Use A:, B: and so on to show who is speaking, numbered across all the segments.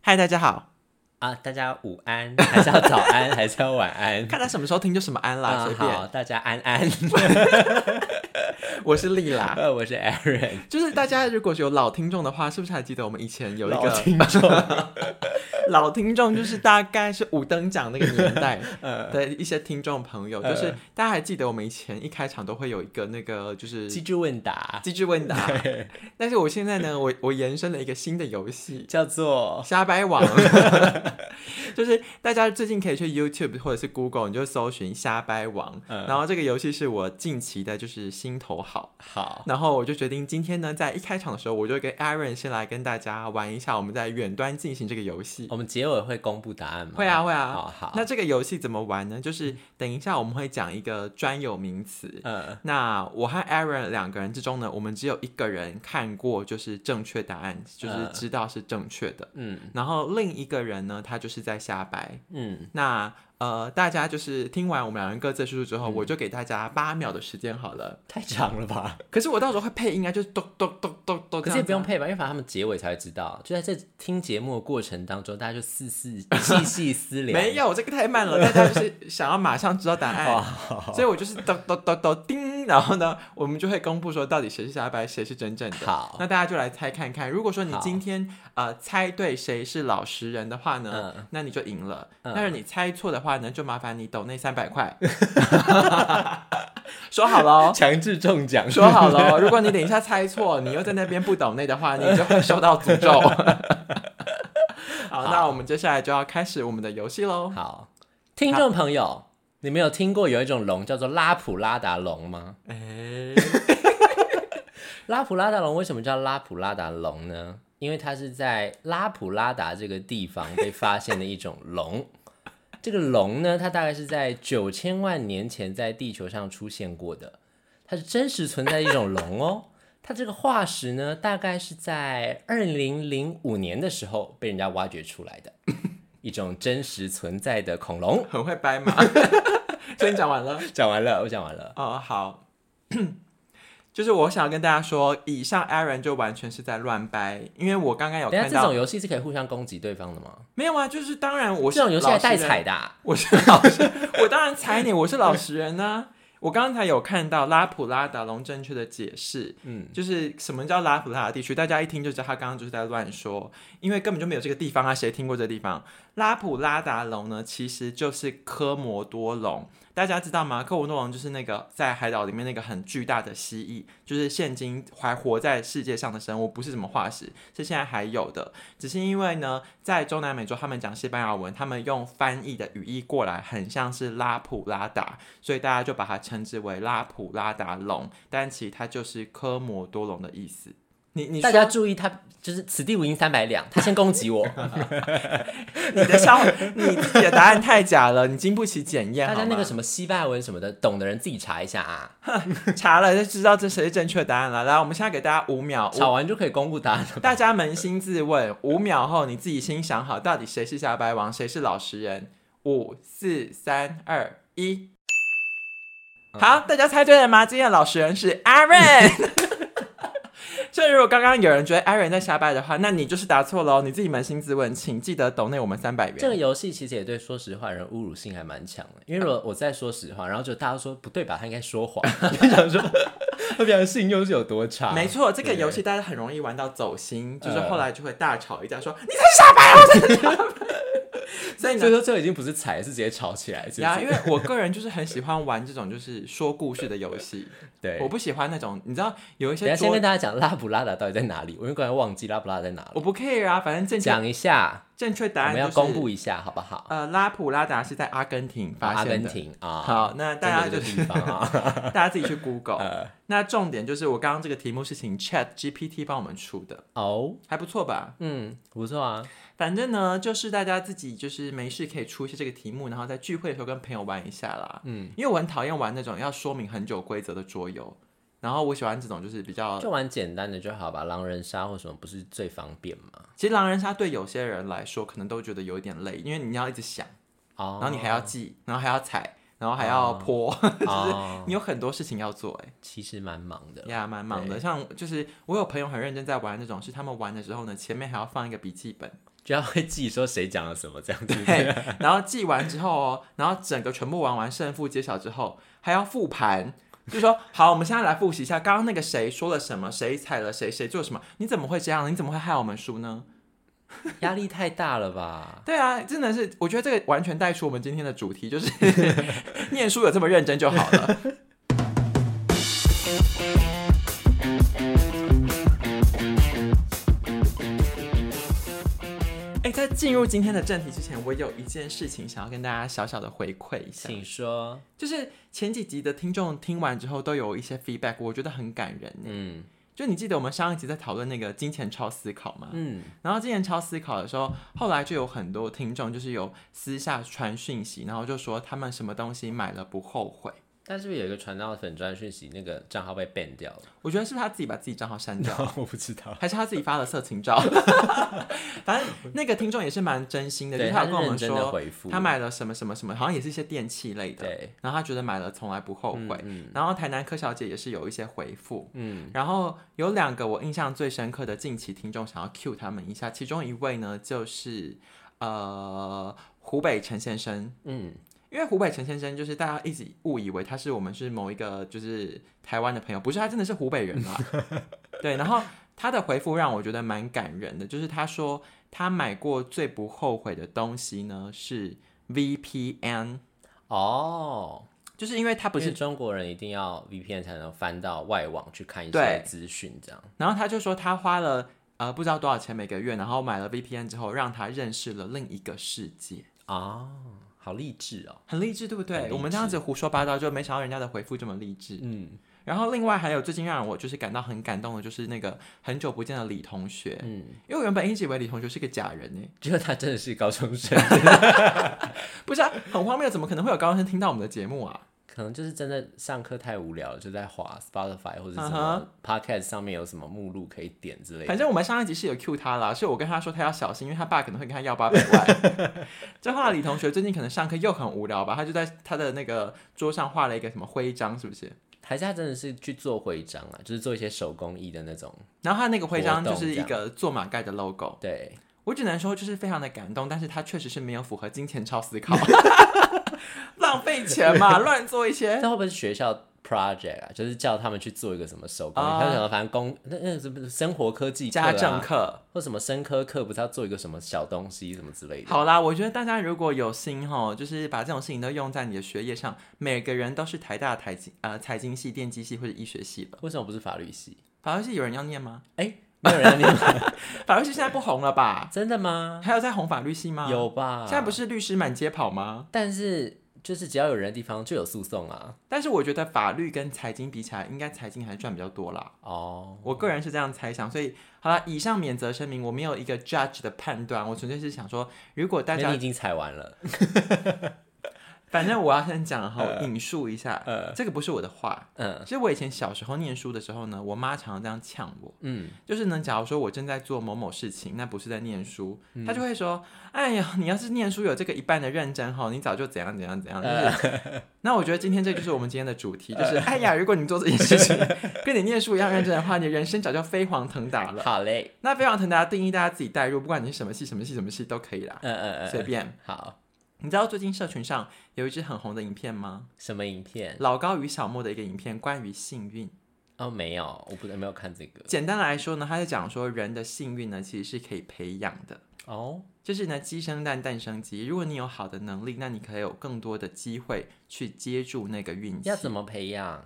A: 嗨，大家好！
B: 啊，大家午安， 还是要早安，还是要晚安？
A: 看他什么时候听就什么安 啦，
B: 啊，
A: 随、
B: 好，大家安 安。
A: 便。我是丽啦，
B: 呃，我是 Aaron。
A: 就是大家如果有老听众的话，是不是还记得我们以前有一
B: 老
A: 个
B: 听众，
A: 老听众，就是大概是五等奖那个年 代
B: 呃，
A: 的一些听众朋友，就是
B: 呃
A: 大家还记得我们以前一开场都会有一个那个就是
B: 机智问答
A: 机智问答，但是我现在呢，我我延伸了一个新的游戏。
B: 叫做
A: 瞎掰 网， 就是大家最近可以去 YouTube 或者是 Google，你就搜寻瞎掰网。
B: 嗯
A: 然后这个游戏是我近期的，就是心头好。
B: 好，
A: 然后我就决定今天呢，在一开场的时候，我就跟 Aaron 先来跟大家玩一下，我们在远端进行这个游戏。
B: 我们结尾会公布答案吗？
A: 会啊，会啊。
B: 哦好好。
A: 那这个游戏怎么玩呢？就是等一下我们会讲一个专有名词。
B: 嗯，
A: 那我和 Aaron 两个人之中呢，我们只有一个人看过，就是正确答案，就是
B: 嗯
A: 知道是正确的。
B: 嗯
A: 然后另一个人呢，他就是在瞎掰。
B: 嗯，
A: 那呃，大家就是听完我们两人各自的叙述之后，
B: 嗯
A: 我就给大家八秒的时间好了。
B: 太长了吧？
A: 可是我到时候会配音啊，就是咚咚咚咚咚，
B: 可是也不用配吧，因为反正他们结尾才会知道。就在这听节目的过程当中，大家就细细细细思量。
A: 没有，这哎个太 慢了，大家就是想要马上知道答
B: 哦，
A: 案，
B: 好好
A: 所以我就是咚咚咚咚叮，然后呢，我们就会公布说到底谁是瞎掰，谁是真正的。
B: 好
A: 那大家就来猜看看，如果说你
B: 好
A: 今天呃猜对谁是老实人的话呢，
B: 嗯
A: 那你就赢了；
B: 嗯
A: 但是你猜错的话呢，就麻烦你抖那三百 块。说好喽，
B: 强制中奖
A: 说好了哦，如果你等一下猜错，你又在那边不懂内的话，你就会受到诅 咒。好，那我们接下来就要开始我们的游戏喽。
B: 好，听众朋友，你们有听过有一种龙叫做拉普拉达龙吗？
A: 哎、
B: 拉普拉达龙为什么叫拉普拉达龙呢？因为它是在拉普拉达这个地方被发现的一种龙。这个龙呢，它大概是在九千万年前在地球上出现过的，它是真实存在的一种龙哦。它这个化石呢，大概是在二零零五年的时候被人家挖掘出来的一种真实存在的恐龙。
A: 很会掰嘛。 所以你讲完了
B: 讲完了，我讲完了。
A: 哦，好。就是我想要跟大家说，以上 Aaron 就完全是在乱掰，因为我刚刚有
B: 等一下
A: 看
B: 这
A: 到
B: 种游戏是可以互相攻击对方的吗？
A: 没有啊？就是当然我是
B: 这种游戏还
A: 老实
B: 带
A: 人
B: 彩的、啊，
A: 我是老实，我当然踩你，我是老实人呐、我刚才有看到拉普拉达龙正确的解释，
B: 嗯，
A: 就是什么叫拉普拉达地区，大家一听就知道他刚刚就是在乱说，因为根本就没有这个地方啊，谁听过这地方？拉普拉达龙呢，其实就是科摩多龙，大家知道吗？科摩多龙就是那个在海岛里面那个很巨大的蜥蜴，就是现今还活在世界上的生物，不是什么化石，是现在还有的。只是因为呢，在中南美洲他们讲西班牙文，他们用翻译的语义过来，很像是拉普拉达，所以大家就把它称之为拉普拉达龙，但其实它就是科摩多龙的意思。你你
B: 大
A: 说
B: 家注意他，就是此地无银三百两，他先 攻击我，
A: 你的笑，你自己的答案太假了，你经不起检验。
B: 大家
A: 好
B: 那
A: 吗
B: 个什么西班牙文什么的，懂的人自己查一下啊，
A: 查了就知道这谁是正确答案了。来，我们现在给大家五秒，
B: 查完就可以公布答案了。
A: 大家扪心自问，五秒后你自己心想好，到底谁是瞎掰王，谁是老实人？五、四、三、二、一。
B: 嗯
A: 好，大家猜对了吗？今天的老实人是 Aaron。所以，如果刚刚有人觉得 Aaron 在瞎掰的话，那你就是答错哦喽。你自己扪心自问，请记得抖内我们三百元。
B: 这个游戏其实也对说实话人侮辱性还蛮强的，因为如果我在说实话，然后就大家说不对吧，他应该说谎， 就想说他表示信用是有多差。
A: 没错，这个
B: 对
A: 游戏大家很容易玩到走心，就是
B: 呃
A: 后来就会大吵一架， 说你才是傻白，我才是傻白。所以
B: 所以
A: 呢，
B: 说这个已经不是踩，是直接吵起来，是不
A: 呀，
B: 是？
A: 因为我个人就是很喜欢玩这种就是说故事的游戏，
B: 对
A: 我。不喜欢那种你知道有一
B: 等一
A: 些
B: 下先
A: 桌
B: 跟大家讲拉普拉达到底在哪里，我因为刚才忘记拉普拉达在哪了。
A: 我不 care 啊，反正正确
B: 讲一下，
A: 正确答
B: 我
A: 案
B: 们
A: 就是
B: 要公布一下好不好？
A: 呃拉普拉达是在阿根廷发
B: 阿
A: 现
B: 根
A: 的。
B: 廷啊，
A: 好，那大家
B: 这
A: 就
B: 个
A: 是
B: 地方啊，
A: 大家自己去 Google。
B: 呃
A: 那重点就是我刚刚这个题目是请 Chat GPT 帮我们出的，
B: 哦，
A: 还不错吧？
B: 嗯，不错啊，
A: 反正呢，就是大家自己就是没事可以出一些这个题目，然后在聚会的时候跟朋友玩一下啦。
B: 嗯，
A: 因为我很讨厌玩那种要说明很久规则的桌游，然后我喜欢这种就是比较，
B: 就玩简单的就好吧，狼人杀或什么不是最方便吗？
A: 其实狼人杀对有些人来说可能都觉得有一点累，因为你要一直想，
B: 哦
A: 然，后你还要记，然后还要踩，然后还要泼，
B: 哦，
A: 你有很多事情要做、欸，
B: 其实蛮忙的，
A: 呀，蛮忙的。像就是我有朋友很认真在玩那种，是他们玩的时候呢，前面还要放一个笔记本，
B: 就要会记说谁讲了什么这样子。
A: 对，然后记完之后哦，然后整个全部玩完胜负揭晓之后，还要复盘，就说好，我们现在来复习一下刚刚那个谁说了什么，谁踩了谁，谁做了什么，你怎么会这样？你怎么会害我们输呢？
B: 压力太大了 吧？
A: 对啊，真的是，我觉得这个完全带出我们今天的主题，就是 念书有这么认真就好了。哎，在进入今天的正题之前，我有一件事情想要跟大家小小的回馈一下，
B: 请说。
A: 就是前几集的听众听完之后都有一些 feedback，我觉得很感人。
B: 嗯
A: 就你记得我们上一集在讨论那个金钱超思考吗？
B: 嗯，
A: 然后之前超思考的时候，后来就有很多听众就是有私下传讯息，然后就说他们什么东西买了不后悔。
B: 但是不是有一个传到粉砖讯息，那个账号被 ban 掉了？
A: 我觉得是不是他自己把自己账号 删掉，
B: 我不知道。
A: 还是他自己发了色情照？ 反正那个听众也是蛮真心的，就
B: 对，
A: 是
B: 他
A: 他
B: 是
A: 有跟我
B: 认
A: 们
B: 真的
A: 说
B: 回复。
A: 他买了什么什么什么，好像也是一些电器类的。
B: 对，
A: 然后他觉得买了从来不后悔。
B: 嗯
A: 然后台南柯小姐也是有一些回复。
B: 嗯，
A: 然后有两个我印象最深刻的近期听众想要 cue 他们一下，其中一位呢就是呃湖北陈先生，
B: 嗯，
A: 因为湖北陈先生就是大家一直误以为他是我们是某一个就是台湾的朋友，不是他真的是湖北人啊 啦。对，然后他的回复让我觉得蛮感人的，就是他说他买过最不后悔的东西呢是 VPN，
B: 哦，
A: 就是因为他
B: 他
A: 不
B: 不
A: 是
B: 是中国人，一定要 VPN 才能翻到外网去看一
A: 对
B: 些资讯，这样。
A: 然后他就说他花了呃不知道多少钱每个月，然后买了 VPN 之后，让他认识了另一个世界，
B: 哦，好励志哦。
A: 很励志，对不
B: 很
A: 对？
B: 励
A: 我们这样子胡说八道，就没想到人家的回复这么励志。
B: 嗯
A: 然后另外还有最近让我就是感到很感动的，就是那个很久不见的李同学，
B: 嗯，
A: 因为我原本一直以为李同学是个假人呢，
B: 结果他真的是高中生，
A: 不是啊，很荒谬，怎么可能会有高中生听到我们的节目啊？
B: 可能就是真的上课太无聊了，就在滑 Spotify 或者什
A: 嗯
B: 么 Podcast 上面有什么目录可以点之类
A: 反
B: 的。
A: 正我们上一集是有 cue 他啦，所以我跟他说他要小心，因为他爸可能会跟他要八百万。 这话李同学最近可能上课又很无聊吧，他就在他的那个桌上画了一个什么徽章，是不是？
B: 还是他真的是去做徽章啊，就是做一些手工艺的那种。
A: 然后他那个徽章就
B: 活动
A: 是一
B: 这样
A: 个做马盖的 logo，
B: 对，
A: 我只能说就是非常的感动，但是他确实是没有符合金钱超思 考，浪费钱嘛，乱做一些。
B: 这会不会是学校 project 啊？就是叫他们去做一个什么手工艺？
A: 啊
B: 他想到反正工那那什么生活科技、
A: 家政
B: 课啊
A: 课，
B: 或什么生科课，不是要做一个什么小东西什么之类的？
A: 好啦，我觉得大家如果有心哈，就是把这种事情都用在你的学业上，每个人都是台大财经呃财经系、电机系或者医学系了。
B: 为什么不是法律系？
A: 法律系有人要念吗？
B: 没有人要 念
A: 法律系现在不红了吧？
B: 真的吗？
A: 还有在红法律系吗？，
B: 有啊吧？
A: 现在不，是律师满街跑吗？
B: 但是就是只要有人的地方就有诉讼啊。
A: 但是我觉得法律跟财经比起来，应该财经还是赚比较多啦。
B: 哦，
A: 我个人是这样猜想，所以好啦，以上免责声明，我没有一个 judge 的判断，我纯粹是想说，如果大
B: 那你
A: 家
B: 已，经采完了。
A: 反正我要先讲哈，引述一下，
B: 呃，
A: 这个不是我的话，
B: 嗯
A: 其实我以前小时候念书的时候呢，我妈常常这样呛我，
B: 嗯，
A: 就是呢，假如说我正在做某某事情，那不是在念书，她就会说：“哎呀，你要是念书有这个一半的认真哈，你早就怎样怎样怎样。就是那我觉得今天这就是我们今天的主题，就是哎呀，如果你做这件事情跟你念书一样认真的话，你人生早就飞黄腾达了。
B: 好嘞，
A: 那飞黄腾达的定义大家自己代入，不管你是什么系、什么系、什么系都可以啦，
B: 嗯嗯
A: 随
B: 嗯，
A: 便。
B: 好，
A: 你知道最近社群上有一支很红的影片吗？
B: 什么影片？
A: 老高与小莫的一个影片，关于幸运。
B: 哦，没有，我不没有看这个。
A: 简单来说呢，他在讲说人的幸运呢，其实是可以培养的，
B: 哦，
A: 就是呢鸡生蛋，蛋生鸡。如果你有好的能力，那你可以有更多的机会去接住那个运气
B: 要。怎么培养？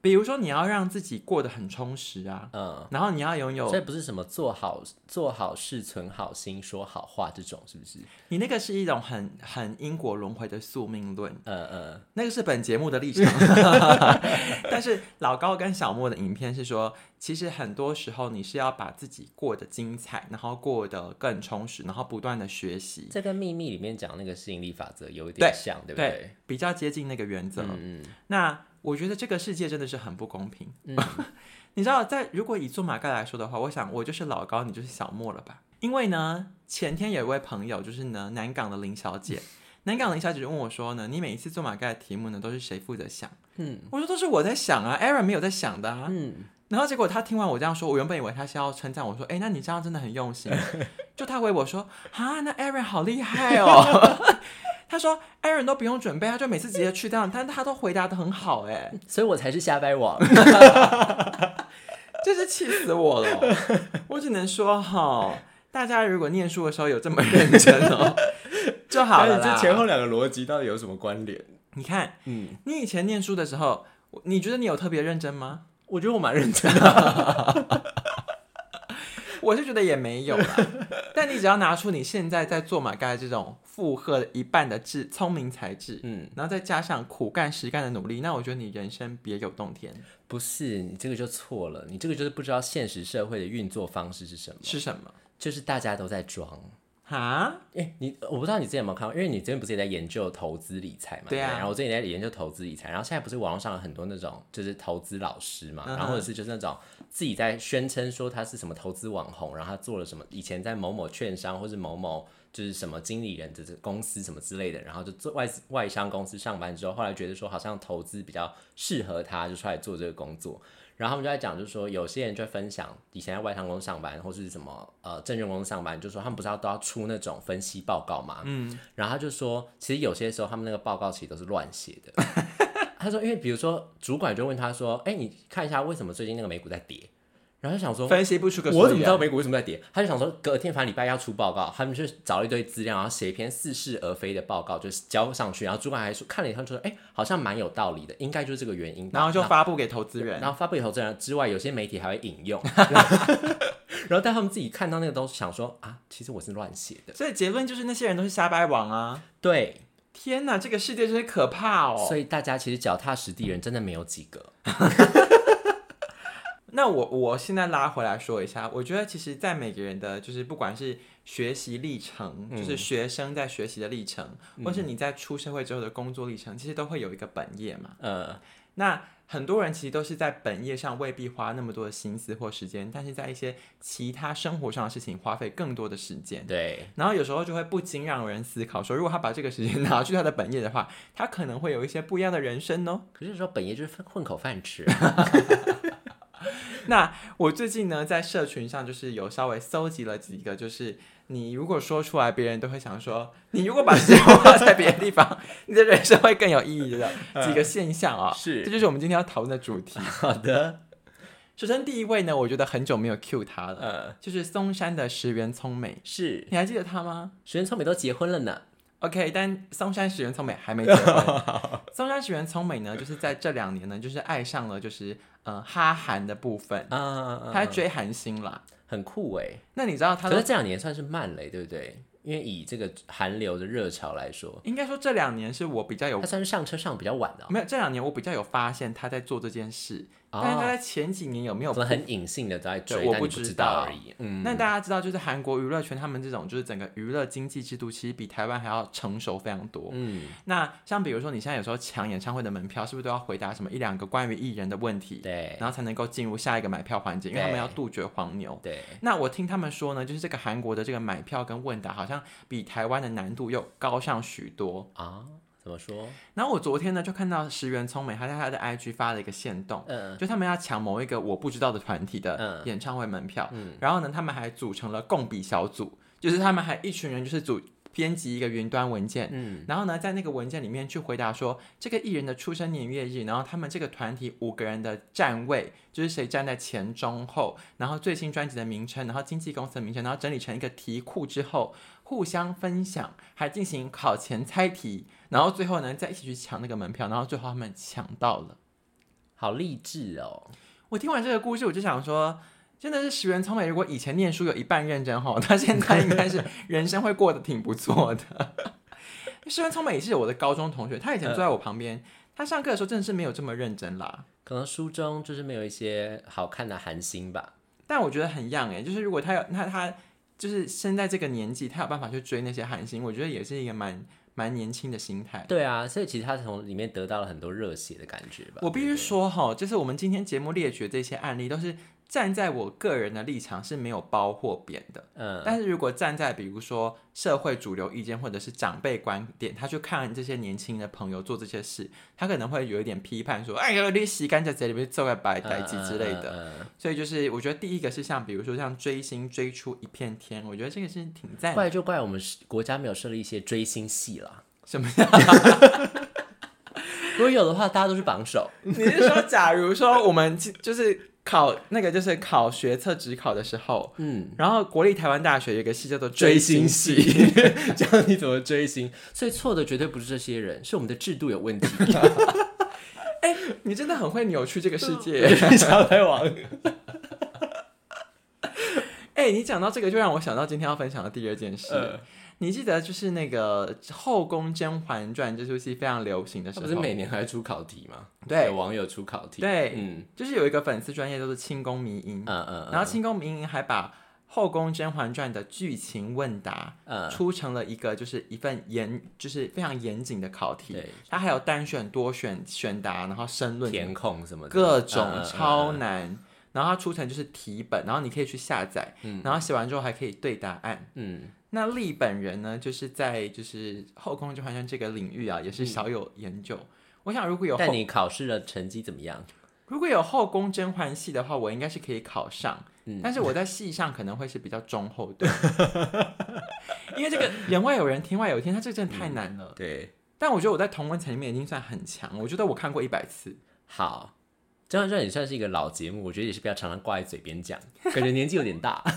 A: 比如说，你要让自己过得很充实啊，
B: 嗯，
A: 然后你要拥有
B: 所以，不是什么做好做好事、存好心、说好话这种，是不是？
A: 你那个是一种很很因果轮回的宿命论，
B: 嗯嗯，
A: 那个是本节目的立 场。 但是老高跟小莫的影片是说，其实很多时候你是要把自己过得精彩，然后过得更充实，然后不断的学习。
B: 嗯这跟《秘密》里面讲那个吸引力法则有一
A: 对
B: 点像，对不
A: 对
B: 对？
A: 比较接近那个原则。
B: 嗯嗯
A: 那我觉得这个世界真的是很不公平。 你知道，在如果以做马盖来说的话，我想我就是老高，你就是小莫了吧？因为呢，前天有一位朋友，就是呢南港的林小姐，南港林小姐就问我说呢，你每一次做马盖的题目呢，都是谁负责想？
B: 嗯
A: 我说都是我在想啊，Aaron 没有在想的啊。
B: 嗯，
A: 然后结果他听完我这样说，我原本以为他是要称赞我说：“哎、那你这样真的很用心。” 就他回我说：“啊，那 Aaron 好厉害哦。” 他说：“Aaron 都不用准备，他就每次直接去这样，但他都回答的很好、哎，
C: 啊
B: 所以我才是瞎 掰王。
A: 真是气死我了。我只能说哈，大家如果念书的时候有这么认真 哦，就好了
C: 但是
A: 啦。
C: 这前后两个逻辑到底有什么关联？
A: 你看，
C: 嗯，
A: 你以前念书的时候，我你觉得你有特别认真吗？
C: 我觉得我蛮认真的。
A: 我是觉得也没有啦，但你只要拿出你现在在做马盖这种负荷一半的智聪明才智，
C: 嗯，
A: 然后再加上苦干实干的努力，那我觉得你人生别有洞天。
B: 不是，你这个就错了，你这个就是不知道现实社会的运作方式是什么，
A: 是什么？
B: 就是大家都在装。
A: 哈？
B: 哎、你我不知道你之前有没有看过，因为你之前不是也在研究投资理财嘛？
A: 对啊
B: 不然后我之前也在研究投资理财，然后现在不是网络上有很多那种就是投资老师嘛，
A: 嗯哼
B: 然后或者是就是那种自己在宣称说他是什么投资网红，然后他做了什么，以前在某某券商或是某某就是什么经理人的公司什么之类的，然后就做外外商公司上班之后，后来觉得说好像投资比较适合他，就出来做这个工作。然后他们就在讲，就是说有些人就分享以前在外商公司上班，或是什么呃证券公司上班，就说他们不是要都要出那种分析报告嘛，嗯，然后他就说，其实有些时候他们那个报告其实都是乱写的。他说，因为比如说主管就问他说，哎，你看一下为什么最近那个美股在跌？然后就想说，
A: 分析不出个所以
B: 我怎么知道
A: 然？
B: 美股为什么在跌？他就想说，隔天反正礼拜要出报告，他们就找了一堆资料，然后写一篇似是而非的报告，就是交上去。然后主管还说看了一下，说，哎，好像蛮有道理的，应该就是这个原因吧。
A: 然后就发布给投资人。
B: 然后发布给投资人之外，有些媒体还会引 用，然后然后但他们自己看到那个东西，想说啊，其实我是乱写的。
A: 所以结论就是那些人都是瞎掰王啊！
B: 对，
A: 天哪，这个世界真是可怕哦！
B: 所以大家其实脚踏实地人真的没有几个。
A: 那我我现在拉回来说一下，我觉得其实，在每个人的就是不管是学习历程，就是学生在学习的历程，或是你在出社会之后的工作历程，其实都会有一个本业嘛。
B: 呃，
A: 那很多人其实都是在本业上未必花那么多的心思或时间，但是在一些其他生活上的事情花费更多的时间。
B: 对，
A: 然后有时候就会不禁让人思考说，如果他把这个时间 拿去他的本业的话，他可能会有一些不一样的人生哦。
B: 可是说本业就是混口饭 吃。
A: 那我最近呢，在社群上就是有稍微搜集了几个，就是你如果说出来，别人都会想说，你如果把时间花在别的地方，你的人生会更有意义的几个现象啊、这
C: 是
A: 就是我们今天要讨论的主题。
B: 好的，
A: 首先第一位呢，我觉得很久没有 cue 他了，
C: 呃，
A: 就是松山的石原聪美，
B: 是
A: 你还记得他吗？
B: 学生聪明都结婚了呢。
A: OK，但松山石原聪美还没结婚。松山石原聪美呢，就是在这两年呢，就是爱上了就是呃哈韩的部分，
B: 啊啊，啊
A: 她在追韩星啦。
B: 很酷哎。
A: 那你知道她
B: 可
A: 的
B: 是这两年算是慢了欸，对不对？因为以这个韩流的热潮来说，
A: 应该说这两年是我比较有
B: 它，算是上车上比较晚的哦、
A: 没有这两年我比较有发现她在做这件事，
B: 哦
A: 但是她在前几年有没有
B: 可？能很隐性的在追，
A: 对我
B: 但你
A: 不
B: 不
A: 知
B: 道
A: 道
B: 而已。嗯，
A: 那大家知道，就是韩国娱乐圈他们这种就是整个娱乐经济制度，其实比台湾还要成熟非常多。
B: 嗯，
A: 那像比如说你现在有时候抢演唱会的门票，是不是都要回答什么一两个关于艺人的问题？
B: 对
A: 然后才能够进入下一个买票环节，因为他们
B: 对
A: 要杜绝黄牛。
B: 对，
A: 那我听他们说呢，就是这个韩国的这个买票跟问答，好像比台湾的难度又高上许多。
B: 啊，怎么说？
A: 然后我昨天呢就看到石原聪美，她在她的 IG 发了一个线动，
B: 嗯
A: 就他们要抢某一个我不知道的团体的
B: 嗯
A: 演唱会门票，然后呢，他们还组成了共笔小组，就是他们还一群人就是组编辑一个云端文件，
B: 嗯，
A: 然后呢，在那个文件里面去回答说这个艺人的出生年月日，然后他们这个团体五个人的站位，就是谁站在前中后，然后最新专辑的名称，然后经纪公司的名称，然后整理成一个题库之后，互相分享，还进行考前猜题，然后最后呢再一起去抢那个门票，然后最后他们抢到了。
B: 好励志哦。
A: 我听完这个故事，我就想说。真的是石原聪美，如果以前念书有一半认真吼，她现在应该是人生会过得挺不错的。石原聪美也是我的高中同学，她以前坐在我旁边，她上课的时候真的是没有这么认真啦。
B: 可能书中就是没有一些好看的韩星吧。
A: 但我觉得很样诶、欸就是如果她有，那她就是生在这个年纪，她有办法去追那些韩星，我觉得也是一个蛮蛮年轻的心态。
B: 对啊，所以其实他从里面得到了很多热血的感觉吧。
A: 我必须说哈，就是我们今天节目列举的这些案例，都是站在我个人的立场是没有褒或贬的，
B: 嗯，
A: 但是如果站在比如说社会主流意见或者是长辈观点，他去看这些年轻的朋友做这些事，他可能会有一点批判说：“哎呦，你洗干净这里面做个白带鸡之类的。
B: 嗯，嗯嗯嗯
A: 所以就是我觉得第一个是像比如说像追星追出一片天，我觉得这个是挺赞的。
B: 嗯怪就怪我们国家没有设立一些追星系啦。
A: 什么？
B: 如果有的话，大家都是榜首。
A: 你是说假如说我们就就是考那个就是考学测职考的时候，
B: 嗯，
A: 然后国立台湾大学有一个系叫做
B: 追
A: 追
B: 星
A: 星
B: 系
A: 系，
B: 这样你怎么追星？所以错的绝对不是这些人，是我们的制度有问题。
A: 你真的很会扭曲这个世 界。
B: 小台 王，
A: 哎、你讲到这个，就让我想到今天要分享的第二件事。
B: 呃
A: 你记得就是那个《后宫甄嬛传》这出戏非常流行的时
B: 他
A: 候，
B: 不是每年还出考题吗？
A: 对
B: 有网友出考题。
A: 对
B: 嗯
A: 就是有一个粉丝专业叫做清宫迷音，
B: 嗯嗯，
A: 然后清宫迷音还把《后宫甄嬛传》的剧情问答
B: 嗯
A: 出成了一个就是一份严就是非常严谨的考题，
B: 对
A: 它还有单选、多选、选答，然后申论
B: 填空什么的，
A: 各
B: 嗯
A: 种
B: 嗯
A: 超
B: 嗯
A: 难。然后它出成就是题本，然后你可以去下载，然后写完之后还可以对答案。
B: 嗯
A: 那丽本人呢，就是在就是后宫甄嬛传这个领域啊，也是小有研究。我想如果有
B: 嗯 但
A: 后
B: 你考试的成绩怎么样？
A: 如果有后宫甄嬛系的话，我应该是可以考上。
B: 嗯
A: 但是我在戏上可能会是比较中后 段，因为这个人外有人，天外有天，它这个真的
B: 嗯
A: 太难了。
B: 对，
A: 但我觉得我在同温层里面已经算很强，我觉得我看过一百次。
B: 好，《甄嬛传》也算是一个老节目，我觉得也是不要常常挂在嘴边讲， 感觉年纪有点大。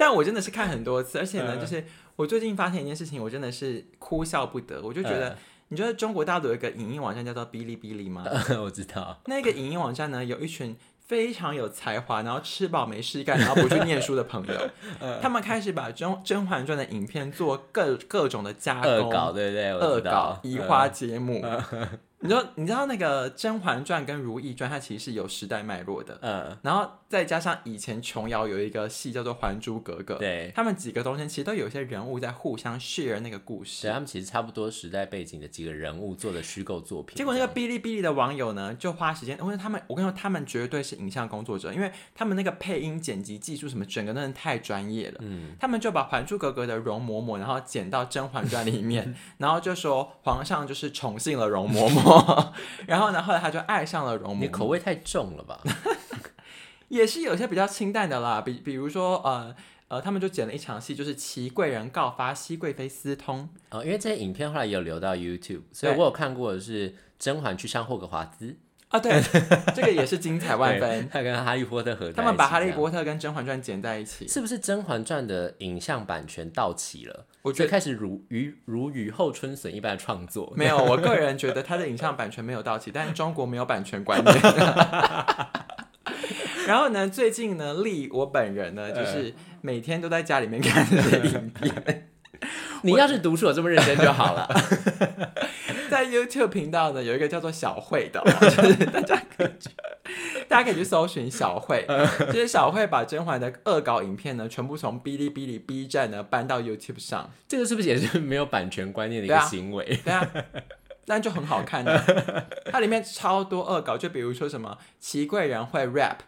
A: 但我真的是看很多次，而且呢，
B: 嗯
A: 就是我最近发现一件事情，我真的是哭笑不得。我就觉
B: 嗯
A: 得，你知道中国大陆有一个影音网站叫做哔哩哔哩吗？
B: 我知道，
A: 那个影音网站呢，有一群非常有才华，然后吃饱没事干，然后不去念书的朋 友，
B: 嗯
A: 他们开始把甄《甄嬛传》的影片做各各种的加工、
B: 恶搞对不对？我
A: 恶
B: 知
A: 搞
B: 道、嗯
A: 移花接木。 你知道，你知道那个《甄嬛传》跟《如懿传》，它其实是有时代脉络的。
B: 嗯，
A: 然后再加上以前琼瑶有一个戏叫做《还珠格格》，
B: 对
A: 他们几个东西其实都有一些人物在互相 share 那个故事
B: 对，。他们其实差不多时代背景的几个人物做的虚构作品。
A: 结果那个哔哩哔哩的网友呢，就花时间，因为他们，我跟你说，他们绝对是影像工作者，因为他们那个配音、剪辑技术什么，整个真的太专业了。嗯，他们就把《还珠格格》的容嬷嬷，然后剪到《甄嬛传》里 面，然后就说皇上就是宠幸了容嬷 嬷，然后呢，后来他就爱上了容
B: 你
A: 嬷
B: 口
A: 嬷，
B: 味太重了 吧？
A: 也是有些比较清淡的啦，比比如说呃呃，他们就剪了一场戏，就是祺贵人告发熹贵妃私通，
B: 哦，因为这些影片后来有流到 YouTube，所以我有看过的是甄嬛去上霍格华兹，
A: 啊，对，这个也是精彩万分。
B: 他跟哈利波特合在一起这
A: 他
B: 样，
A: 们把《哈利波特》跟《甄嬛传》剪在一起，
B: 是不是《甄嬛传》的影像版权到期了？
A: 我
B: 所
A: 觉
B: 以
A: 得
B: 开始如雨如雨后春笋一般的创作。
A: 没有。我个人觉得他的影像版权没有到期，但是中国没有版权观念。 然后呢，最近呢，丽我本人呢，
B: 嗯
A: 就是每天都在家里面看这 些影片，
B: 你要是读书有这么认真就好了。
A: 在 YouTube 频道呢有一个叫做小慧的，啊就是 大家可以去，大家可以去搜寻小慧，
B: 嗯
A: 就是小慧把甄嬛的恶搞影片呢，全部从哔哩哔哩 B 站呢搬到 YouTube 上。
B: 这个是不是也是没有版权观念的一
A: 对
B: 个
A: 啊
B: 行为？
A: 对啊，但就很好看的、它里面超多恶搞，就比如说什么祺贵人会 rap，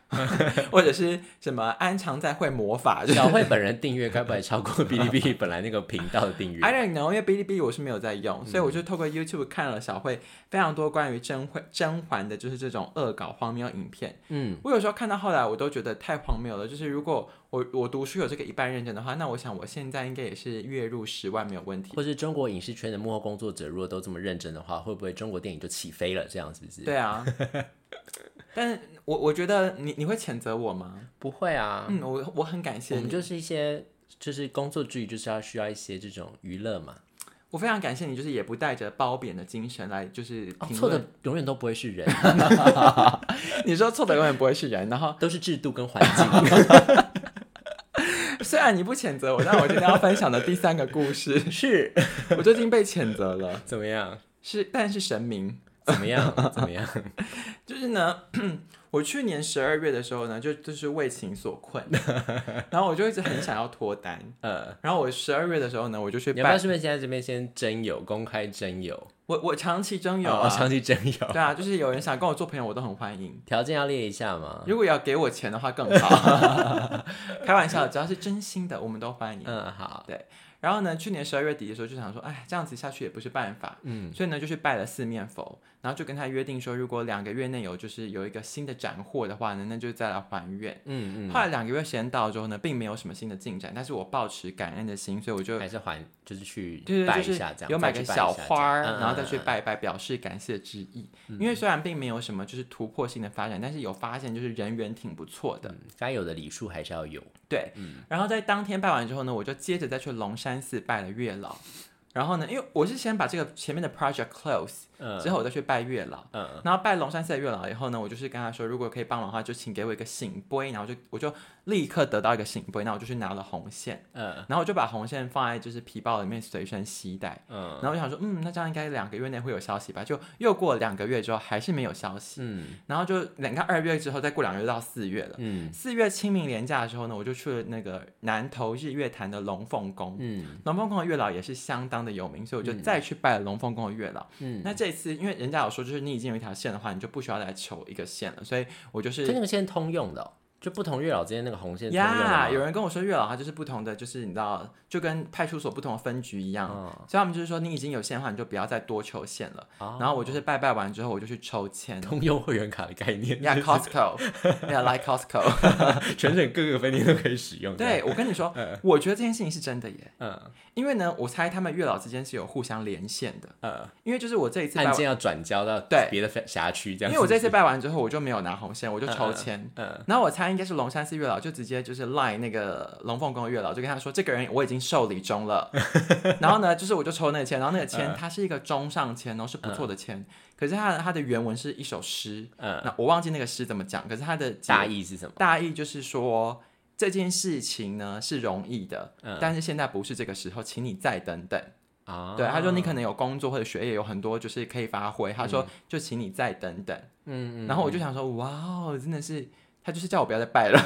A: 或者是什么安常在会魔法，就是
B: 小慧本人订阅该不会超 过哔哩哔哩本来那个频道的 订阅
A: I？don't know，因为哔哩哔哩我是没有在
B: 嗯
A: 用，所以我就透过 YouTube 看了小慧非常多关于甄嬛甄嬛的，就是这种恶搞荒谬影片。
B: 嗯，
A: 我有时候看到后来，我都觉得太荒谬了。就是如果我我读书有这个一半认真的话，那我想我现在应该也是月入十万没有问题。
B: 或是中国影视圈的幕后工作者，如果都这么认真的话，会不会中国电影就起飞了？这样是不是？
A: 对啊，但是我我觉得你你会谴责我吗？
B: 不会啊，
A: 嗯，我我很感谢
B: 我们
A: 你，
B: 就是一些就是工作之余就是要需要一些这种娱乐嘛。
A: 我非常感谢你，就是也不带着褒贬的精神来，就是
B: 哦，
A: 评
B: 错
A: 论。
B: 的永远都不会是人，
A: 你说 错的永远不会是人，然后
B: 都是制度跟环境。，
A: 虽然你不谴责我，但我今天要分享的第三个故事
B: 是
A: 我最近被谴责了，
B: 怎么样？
A: 是但是神明，
B: 怎么样？怎么样？
A: 就是呢， 我去年十二月的时候呢，就就是为情所困，然后我就一直很想要脱 单。
B: 呃，
A: 然后我十二月的时候呢，我就去
B: 你要不要
A: 办，
B: 顺便现在这边先征友，公开征友？
A: 我我长期征友
B: 哦
A: 啊，
B: 哦长期征友，
A: 对啊，就是有人想跟我做朋友，我都很欢迎。
B: 条件要列一下吗？
A: 如果要给我钱的话更好， 开玩笑，只要是真心的，我们都欢迎。
B: 嗯，好，
A: 然后呢，去年十二月底的时候就想说，哎，这样子下去也不是办法，
B: 嗯，
A: 所以呢就去拜了四面佛，然后就跟他约定说，如果两个月内有就是有一个新的斩获的话呢，那就再来还愿。
B: 嗯
A: 后来两个月时间到之后呢，并没有什么新的进展，但是我抱持感恩的心，所以我就
B: 嗯，还是还就是去
A: 对
B: 拜
A: 对，
B: 一
A: 就是
B: 下这样，
A: 有买
B: 再
A: 个
B: 去拜一
A: 小
B: 下
A: 花儿，
B: 这样嗯
A: 然后再
B: 嗯
A: 去
B: 嗯
A: 拜一拜，表示感谢之意。因为虽然并没有什么就是突破性的发展，但是有发现就是人缘挺不错的。
B: 嗯该有的礼数还是要有。
A: 对，
B: 嗯
A: 然后在当天拜完之后呢，我就接着再去龙山寺拜了月老。然后呢，因为我是先把这个前面的 project close，、
B: 嗯
A: 之后我再去拜月老。
B: 嗯
A: 然后拜龙山寺的月老以后呢，我就是跟他说，如果可以帮忙的话，就请给我一个醒杯，然后就我就立刻得到一个醒杯，那我就去拿了红线，
B: 嗯
A: 然后我就把红线放在就是皮包里面随身携带。
B: 嗯
A: 然后我想说，嗯，那这样应该两个月内会有消息吧？就又过了两个月之后，还是没有消息。
B: 嗯
A: 然后就你看二月之后，再过两个月到四月了。
B: 嗯
A: 四月清明连假的时候呢，我就去了那个南投日月潭的龙凤宫。
B: 嗯
A: 龙凤宫的月老也是相当的有名，所以我就再去拜了龙凤宫的月老。
B: 嗯，
A: 那这一次，因为人家有说，就是你已经有一条线的话，你就不需要再求一个线了，所以我就
B: 所以
A: 是
B: 那个线通用的哦，就不同月老之间那个红线是通用的
A: 呀
B: 吗
A: 有人跟我说月老他就是不同的，就是你知道，就跟派出所不同的分局一样，
B: 嗯
A: 所以他们就是说你已经有线的话，你就不要再多求线了。
B: 哦
A: 然后我就是拜拜完之后，我就去抽 签。
B: 通用会员卡的概念，
A: 呀、Costco，呀、来 Costco。
C: 全省各个分店都可以使用。这样，
A: 对，我跟你说，我觉得这件事情是真的耶，
C: 嗯
A: 因为呢，我猜他们月老之间是有互相连线的，
C: 嗯，
A: 因为就是我这一次拜
B: 案
A: 完，
B: 件要转交到
A: 对
B: 别的辖区这
A: 因
B: 样子。
A: 为我这次拜完之后，我就没有拿红线，我就抽签。
C: 嗯
B: 呃
C: 嗯
A: 然后我猜应该是龙山寺月老，就直接就是 line 那个龙凤宫的月老，就跟他说这个人我已经受理 中了。然后呢，就是我就抽那个签，然后那个
C: 嗯
A: 签它是一个中上签哦，是不错的签，可是它的它的原文是一首诗，
B: 嗯，
A: 那我忘记那个诗怎么讲，可是它的解
B: 大意是什么？
A: 大意就是说这件事情呢是容易的，
B: 嗯
A: 但是现在不是这个时候，请你再等等。
B: 啊，
A: 对，他说你可能有工作或者学业有很多就是可以发挥，他说就请你再等等。
B: 嗯嗯，嗯
A: 然后我就想说，哇哦，真的是他就是叫我不要再拜了。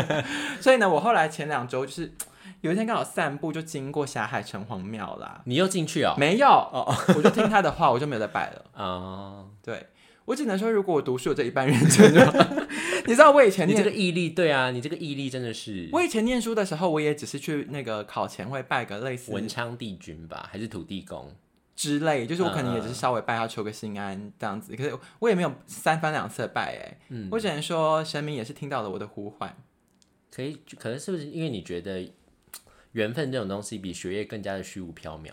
A: 所以呢，我后来前两周就是有一天刚好散步就经过霞海城隍庙啦，
B: 你又进去哦，
A: 没有，我就听他的话，我就没有再拜了。
B: 啊，
A: 对。我只能说，如果我读书有这一 半认真就好， 你知道我以前
B: 你
A: 念
B: 这个毅力，对啊，你这个毅力真的是
A: 我以前念书的时候，我也只是去那个考前会拜个类似
B: 文昌帝君吧，还是土地公？
A: 之类，就是我可能也
B: 嗯
A: 只是稍微拜他求个心安这样子，可是我也没有三番两次的拜哎、
B: 嗯
A: 我只能说神明也是听到了我的呼唤，
B: 可以，可能是不是因为你觉得缘分这种东西比学业更加的虚无缥缈？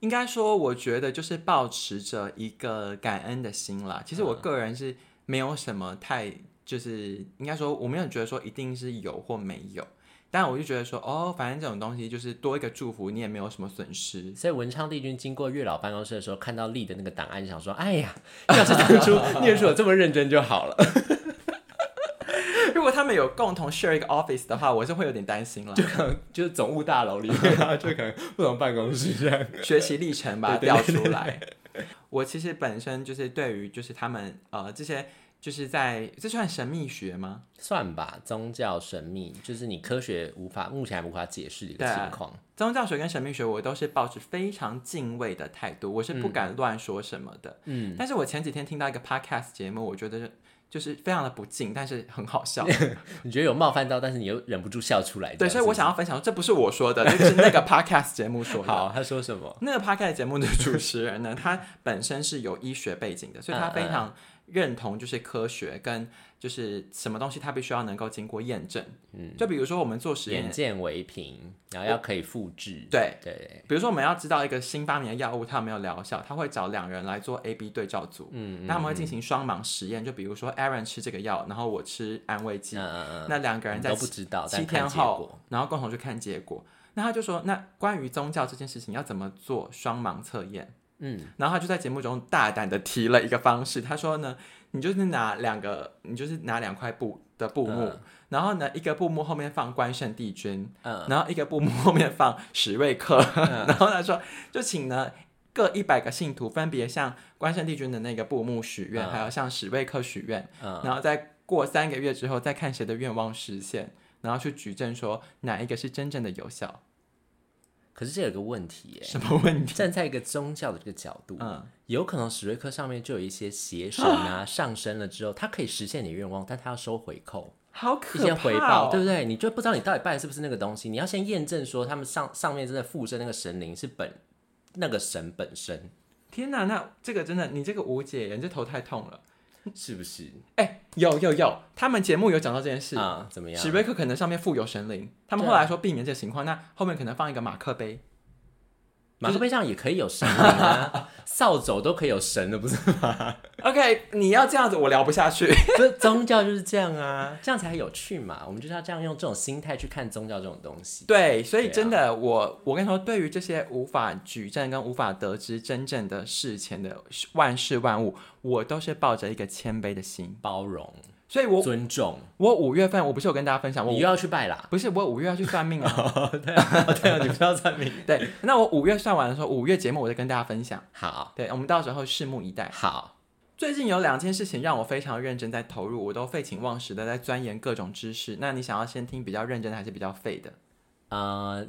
A: 应该说我觉得就是保持着一个感恩的心啦。其实
B: 嗯
A: 我个人是没有什么太就是应该说我没有觉得说一定是有或没有，但我就觉得说哦，反正这种东西就是多一个祝福，你也没有什么损失。
B: 所以文昌帝君经过月老办公室的时候，看到丽的那个档案，想说：“哎呀，要是当初念书有这么认真就好了。
A: 如果他们有共同 share 一个 office 的话，我是会有点担心了。
B: 就是总务大楼里，
C: 对啊，就可能不同办公室这样。
A: 学习历程把它调出来。我其实本身就是对于就是他们呃这些就是在这算神秘学吗？
B: 算吧，宗教神秘就是你科学无法目前还无法解释的一个
A: 对啊
B: 情况。
A: 宗教学跟神秘学，我都是抱着非常敬畏的态度，我是不敢乱说什么的。
B: 嗯，
A: 但是我前几天听到一个 podcast 节目，我觉得就是非常的不敬，但是很好 笑。
B: 你觉得有冒犯到，但是你又忍不住笑出来。
A: 对，
B: 这
A: 所以
B: 样
A: 我
B: 子
A: 想要分享，这不是我说的，这个是那 个 podcast 节目说的。
B: 好，他说什么？
A: 那个 podcast 节目的主持人呢，他本身是有医学背景的，所以他非常认同就是科学跟就是什么东西，他必须要能够经过验证。嗯，就比如说我们 做实
B: 眼
A: 验，
B: 见为凭，然后要可以复制。
A: 对
B: 对，
A: 比如说我们要知道一个新发明的药物它有没有疗效，他会找两人来做 A B 对照组，嗯，那他们会进行双盲实验，就比如说 Aaron 吃这个药，然后我吃安慰剂，
B: 嗯嗯嗯，
A: 那两个人
B: 我们
A: 在
B: 都不知道，但
A: 七
B: 看
A: 天
B: 结果
A: 后，然后共同去看结果。那他就说，那关于宗教这件事情要怎么做双盲测验？
B: 嗯，
A: 然后他就在节目中大胆的提了一个方式，他说呢，你就是拿两个，你就是拿两块布的布幕，然后呢，一个布幕后面放关圣帝君，
B: 嗯
A: 然后一个布幕后面放史瑞克， 然后他说，就请呢。各一百个信徒分别向关圣帝君的那个布幕许愿，
B: 嗯
A: 还有向史瑞克许愿，
B: 嗯
A: 然后在过三个月之后再看谁的愿望实现，然后去举证说哪一个是真正的有效。
B: 可是这有个问题耶，
A: 什么问题？
B: 站在一个宗教的这个角度，
A: 嗯，
B: 有可能史瑞克上面就有一些邪神 啊上升了之后，他可以实现你愿望，但他要收回扣。
A: 好
B: 一
A: 可
B: 些
A: 怕、
B: 回报，对不对？你就不知道你到底拜的是不是那个东西，你要先验证说他们上上面真的附身那个神灵是本那个神本身
A: 天哪，那这个真的，你这个无解耶，你这头太痛了。
B: 是不是
A: 哎、有有有，他们节目有讲到这件事。
B: 啊？怎么样
A: 史？瑞克可能上面附有神灵，他们
B: 对
A: 后
B: 啊
A: 来说避免这个情况，那后面可能放一个马克杯，
B: 马克杯上也可以有神灵 啊，扫帚都可以有神的，不是？
A: OK，你要这样子，我聊不下 去。
B: 这 宗教就是这样啊，这样才有趣嘛。我们就是要这样用这种心态去看宗教这种东西。
A: 对，所以
B: 对啊
A: 真的，我我跟你说，对于这些无法举证跟无法得知真正的事前的万事万物，我都是抱着一个谦卑的心。
B: 包容、
A: 所以我
B: 尊重，
A: 我五月份我不是有跟大家分享，我
B: 你又要去拜 啦。
A: 不是我五月要去算命 啊。
B: 对啊，你不要算命。
A: 对，那我五月算完的时候，五月节目我再跟大家分享。
B: 好，
A: 对，我们到时候拭目以待。
B: 好，
A: 最近有两件事情让我非常认真在投入，我都废寝忘食的在钻研各种知识。那你想要先听比较认真的，还是比较废的？
B: 呃，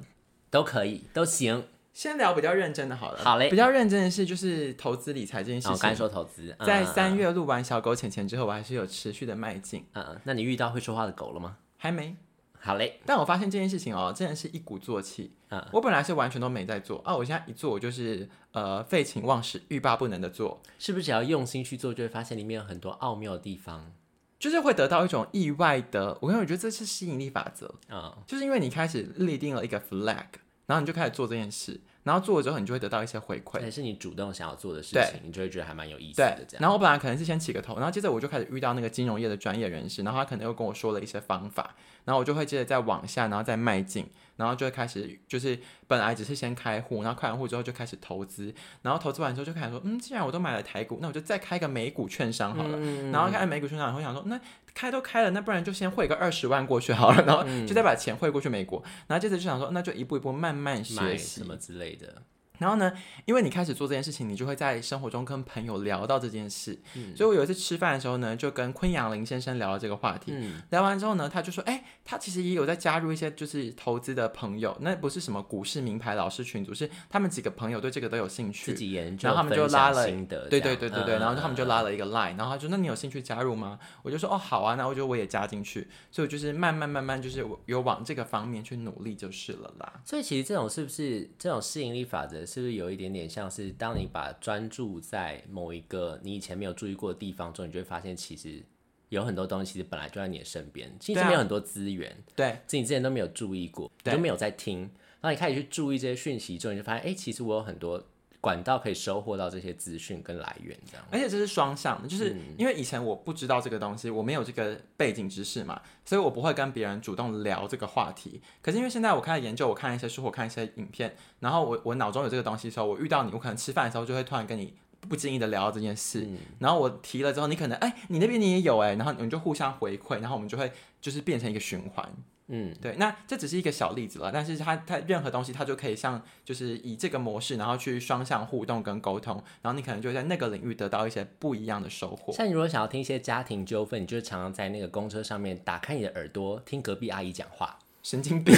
B: 都可以，都行。
A: 先聊比较认真的好了。
B: 好嘞
A: 比较认真的是就是投资理财这件事
B: 哦我刚才
A: 情。
B: 说投资，嗯
A: 在
B: 嗯嗯
A: 三月录完小狗钱钱之后，我还是有持续的迈进，
B: 嗯，那你遇到会说话的狗了吗？
A: 还没。
B: 好嘞，
A: 但我发现这件事情哦，真的是一鼓作气。
B: 嗯
A: 我本来是完全都没在做啊，我现在一做，我就是呃废寝忘食、欲罢不能的做，
B: 是不是只要用心去做，就会发现里面有很多奥妙的地方
A: 就是会得到一种意外的。我跟你说我觉得这是吸引力法则，
B: 啊、
A: 就是因为你开始立定了一个 flag，然后你就开始做这件事，然后做了之后，你就会得到一些回馈。
B: 也是你主动想要做的事
A: 对
B: 情，你就会觉得还蛮有意思
A: 对
B: 的。这，样，
A: 然后我本来可能是先起个头，然后接着我就开始遇到那个金融业的专业人士，然后他可能又跟我说了一些方法，然后我就会接着再往下，然后再迈进，然后就会开始就是本来只是先开户，然后开完户之后就开始投资，然后投资完之后就开始说，嗯，既然我都买了台股，那我就再开个美股券商好了。
B: 嗯
A: 然后开美股券商，然后想说，那开都开了，那不然就先汇个二十万过去好了，然后
B: 嗯
A: 就再把钱汇过去美国，然后接着就想说，那就一步一步慢慢学
B: 买
A: 习
B: 什，么之类的，
A: 然后呢，因为你开始做这件事情，你就会在生活中跟朋友聊到这件事。
B: 嗯
A: 所以我有一次吃饭的时候呢，就跟昆阳林先生聊了这个话题。
B: 嗯，
A: 聊完之后呢，他就说：“哎、他其实也有在加入一些就是投资的朋友，那不是什么股市名牌老师群组，是他们几个朋友对这个都有兴趣
B: 自。己研究，
A: 然后他们就拉了
B: 分享心得，
A: 对
B: 这
A: 对
B: 样
A: 对对对，
B: 嗯
A: 然后他们就拉
B: 嗯
A: 了一个 line，然后他就说：“那你有兴趣加入吗？”我就说：“哦，好啊，那我觉得我也加进去。”所以我就是慢慢慢慢就是我有往这个方面去努力就是了啦。
B: 嗯所以其实这种是不是这种吸引力法则，是不是有一点点像是当你把专注在某一个你以前没有注意过的地方之后，你就会发现其实有很多东西其实本来就在你的身边，其实
A: 对啊
B: 没有很多资源，
A: 对
B: 自己之前都没有注意过，你
A: 对
B: 就没有在听，然后你开始去注意这些讯息之后，你就发现，哎、其实我有很多管道可以收获到这些资讯跟来源，这样。
A: 而且这是双向的，就是因为以前我不知道这个东西，我没有这个背景知识嘛，所以我不会跟别人主动聊这个话题。可是因为现在我开始研究，我看一些书，我看一些影片，然后我我脑中有这个东西的时候，我遇到你，我可能吃饭的时候就会突然跟你。不经意的聊到这件事，然后我提了之后，你可能哎、你那边你也有哎、然后你们就互相回馈，然后我们就会就是变成一个循环。
B: 嗯，
A: 对，那这只是一个小例子了，但是它它任何东西它就可以像就是以这个模式，然后去双向互动跟沟通，然后你可能就会在那个领域得到一些不一样的收获。
B: 像你如果想要听一些家庭纠纷，你就常常在那个公车上面打开你的耳朵听隔壁阿姨讲话，
A: 神经病，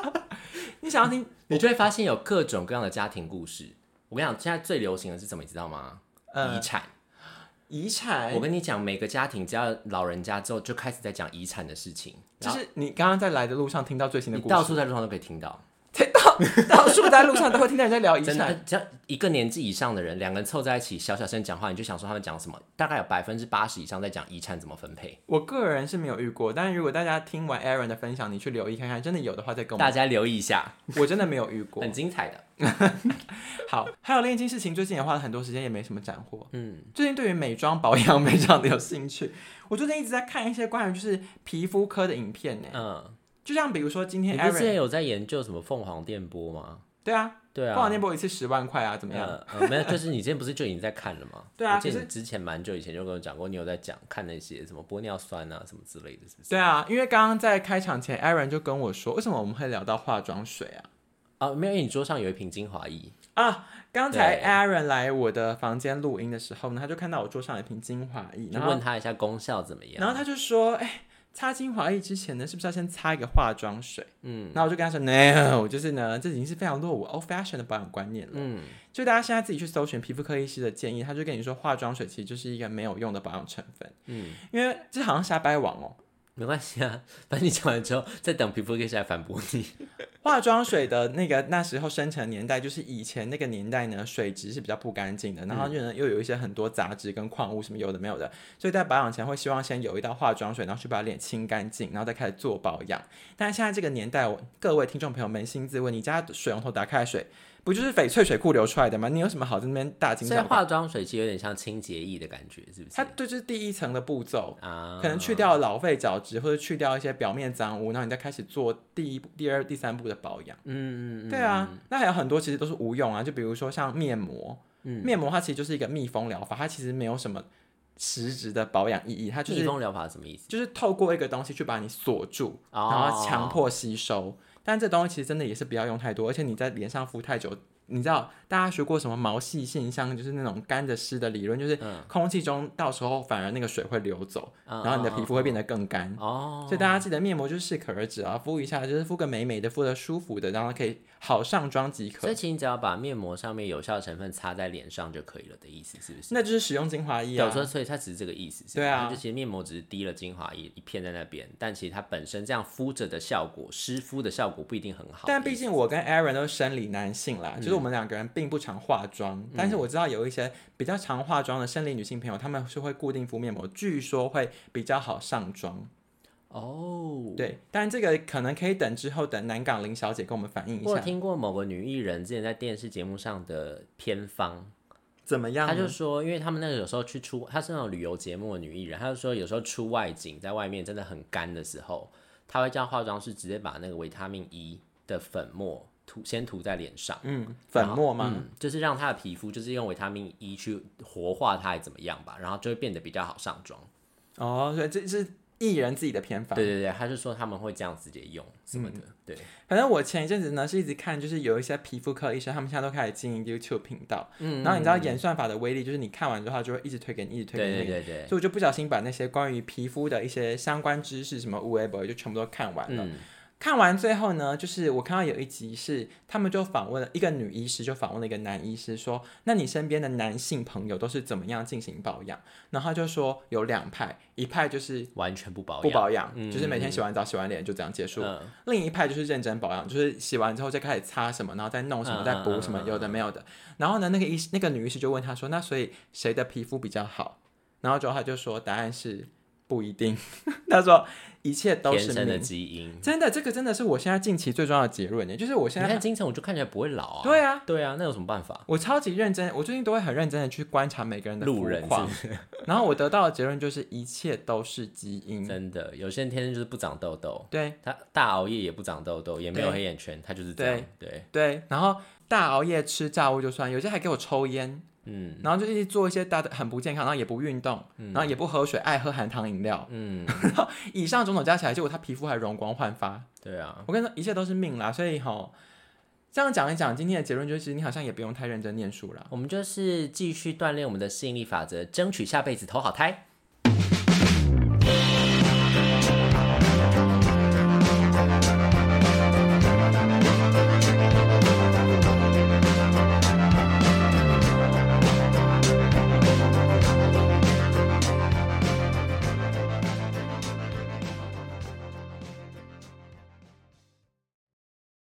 A: 你想要听
B: 你就会发现有各种各样的家庭故事。我跟你讲，现在最流行的是什么，你知道吗？
A: 呃哎
B: 遗产。
A: 遗产
B: 我？跟你讲，每个家庭只要老人家之后，就开始在讲遗产的事情，
A: 就
B: 然后
A: 是你刚刚在来的路上听到最新的
B: 你
A: 故
B: 到
A: 事，
B: 处在路上都可以听到。
A: 到 处在路上都会听到人在哦聊遗
B: 真
A: 产
B: 的，。只要一个年纪以上的人，两个人凑在一起，小小声讲话，你就想说他们讲什么？大概有百分之八十以上在讲遗产怎么分配。
A: 我个人是没有遇过，但是如果大家听完 Aaron 的分享，你去留意看看，真的有的话再跟我
B: 大
A: 们。
B: 家留意一下，
A: 我真的没有遇过
B: 很。精彩的。
A: 好，还有另一件事情，最近也花了很多时间，也没什么斩获。
B: 嗯，
A: 最近对于美妆保养非常的有兴趣，我最近一直在看一些关于就是皮肤科的影片呢，
B: 嗯，
A: 就像比如说今
B: 你
A: 天
B: 不是之
A: Aaron
B: 前有在研究什么凤凰电波吗？
A: 对啊，
B: 对啊，
A: 凤凰电波一次十万块啊，怎么样？？
B: 呃呃，没有，就是你之前不是就已经在看了吗
A: 对啊
B: 我记
A: 可
B: 得
A: 是
B: 你之前蛮久以前就跟我讲过，你有在讲看那些什么玻尿酸啊什么之类的，是不是？
A: 对啊，因为刚刚在开场前，Aaron 就跟我说，为什么我们会聊到化妆水啊？
B: 哦，没有，因为你桌上有一瓶精华液，
A: 啊，刚才
B: 对
A: Aaron 来我的房间录音的时候呢，他就看到我桌上有一瓶精华液，
B: 你
A: 然后
B: 问他一下功效怎么样。
A: 然后他就说，哎、擦精华液之前呢，是不是要先擦一个化妆水？嗯，然后我就跟他说，no，就是呢，这已经是非常落伍 old fashion 的保养观念了。嗯，就大家现在自己去搜寻皮肤科医师的建议，他就跟你说，化妆水其实就是一个没有用的保养成分。嗯，因为这好像瞎掰网哦。
B: 没关系啊，反正你讲完之后，再等皮肤科医师来反驳你。
A: 化妆水的那个那时候生成年代，就是以前那个年代呢，水质是比较不干净的，然后又能又有一些很多杂质跟矿物什么有的没有的，所以在保养前会希望先有一道化妆水，然后去把脸清干净，然后再开始做保养。但是现在这个年代，我各位听众朋友扪心自问，你家水龙头打开的水不就是翡翠水库流出来的吗？你有什么好在那边大惊
B: 所以
A: 小怪？
B: 化妆水其实有点像清洁液的感觉，是不是
A: 它？这就是第一层的步骤，
B: 啊，
A: 可能去掉老废角质，或者去掉一些表面脏污，然后你再开始做第一步、第二、第三步的保养。嗯嗯，对啊，那还有很多其实都是无用啊，就比如说像面膜，
B: 嗯
A: 面膜它其实就是一个密封疗法，它其实没有什么实质的保养意义，它就
B: 密
A: 是
B: 封疗法是什么意思？
A: 就是透过一个东西去把你锁住，
B: 哦
A: 然后强迫吸收。但这东西其实真的也是不要用太多，而且你在脸上敷太久，你知道大家学过什么毛细现象，就是那种干着湿的理论，就是空气中到时候反而那个水会流走，
B: 嗯
A: 然后你的皮肤会变得更干。
B: 哦，
A: 所以大家记得面膜就是适可而止啊，敷一下就是敷个美美的，敷的舒服的，然后可以好上妆即
B: 所
A: 可
B: 以。其实你只要把面膜上面有效成分擦在脸上就可以了的意思，是不是？
A: 那就是使用精华液
B: 对，
A: 啊
B: 我，说，所以它只是这个意思。是吧
A: 对啊
B: 它就其实面膜只是滴了精华一一片在那边，但其实它本身这样敷着的效果，湿敷的嗯效果不一定很好。
A: 但毕竟我跟 Aaron 都是生理男性啦，就是我们两个人并不常化妆，但
B: 嗯
A: 是我知道有一些比较常化妆的生理女性朋友，她们是会固定敷面膜，据说会比较好上妆。
B: 哦，
A: 对，但这个可能可以等之后等南港林小姐跟我们反映一
B: 我有
A: 下，
B: 听过某个女艺人之前在电视节目上的偏方，
A: 怎么样
B: 他
A: 呢？
B: 就说，因为他们那个有时候去出，她是那种旅游节目的女艺人，她就说有时候出外景，在外面真的很干的时候，她会叫化妆师直接把那个维他命 E 的粉末涂先涂在脸上，
A: 嗯，粉末吗？
B: 嗯，就是让她的皮肤就是用维他命 E 去活化它，还怎么样吧，然后就会变得比较好上妆。
A: 哦，所以这是艺人自己的偏法。
B: 对对对，她就说他们会这样直接用什么的，
A: 嗯
B: 对，
A: 反正我前一阵子呢是一直看，就是有一些皮肤科医生，他们现在都开始经营 YouTube 频道。嗯，然后你知道演算法的威力，就是你看完之后，它就会一直推给你，一直推给你。
B: 对对对对。
A: 所以我就不小心把那些关于皮肤的一些相关知识，什么无微博就全部都看完了。
B: 嗯
A: 看完最后呢，就是我看到有一集是他们就访问了一个女医师，就访问了一个男医师说，那你身边的男性朋友都是怎么样进行保养？然后他就说有两派，一派就是
B: 完全不保养，
A: 不保养，
B: 嗯
A: 就是每天洗完澡、洗完脸就这样结束。
B: 嗯
A: 另一派就是认真保养，就是洗完之后再开始擦什么，然后再弄什么，
B: 嗯
A: 再补什
B: 嗯
A: 么，
B: 嗯
A: 有的没有的。然后呢，那个医师那个女医师就问他说：“那所以谁的皮肤比较好？”然后之后他就说：“答案是不一定。”他说：“一切都
B: 天
A: 是
B: 生的
A: 命。
B: 基因”。
A: 真的，这个真的是我现在近期最重要的结论耶，就是我
B: 你
A: 现在
B: 看金城，我就看起来不会老啊。
A: 对啊，
B: 对啊，那有什么办法？
A: 我超级认真，我最近都会很认真的去观察每个人的
B: 路
A: 肤
B: 人
A: 况，然后我得到的结论就是一切都是基因。
B: 真的，哦有些人天生就是不长痘痘，
A: 对，
B: 他大熬夜也不长痘痘，也没有
A: 对
B: 黑眼圈，他就是这样。对，
A: 对，然后大熬夜吃炸物就算，有些还给我抽烟，
B: 嗯
A: 然后就一直做一些大的很不健康，然后也不运动，然后也不喝水，爱喝含糖饮料，
B: 嗯，
A: 以上种种加起来，结果他皮肤还容光焕发。
B: 对啊，
A: 我跟你说，一切都是命啦，所以吼，这样讲一讲，今天的结论就是，你好像也不用太认真念书啦。
B: 我们就是继续锻炼我们的吸引力法则，争取下辈子投好胎。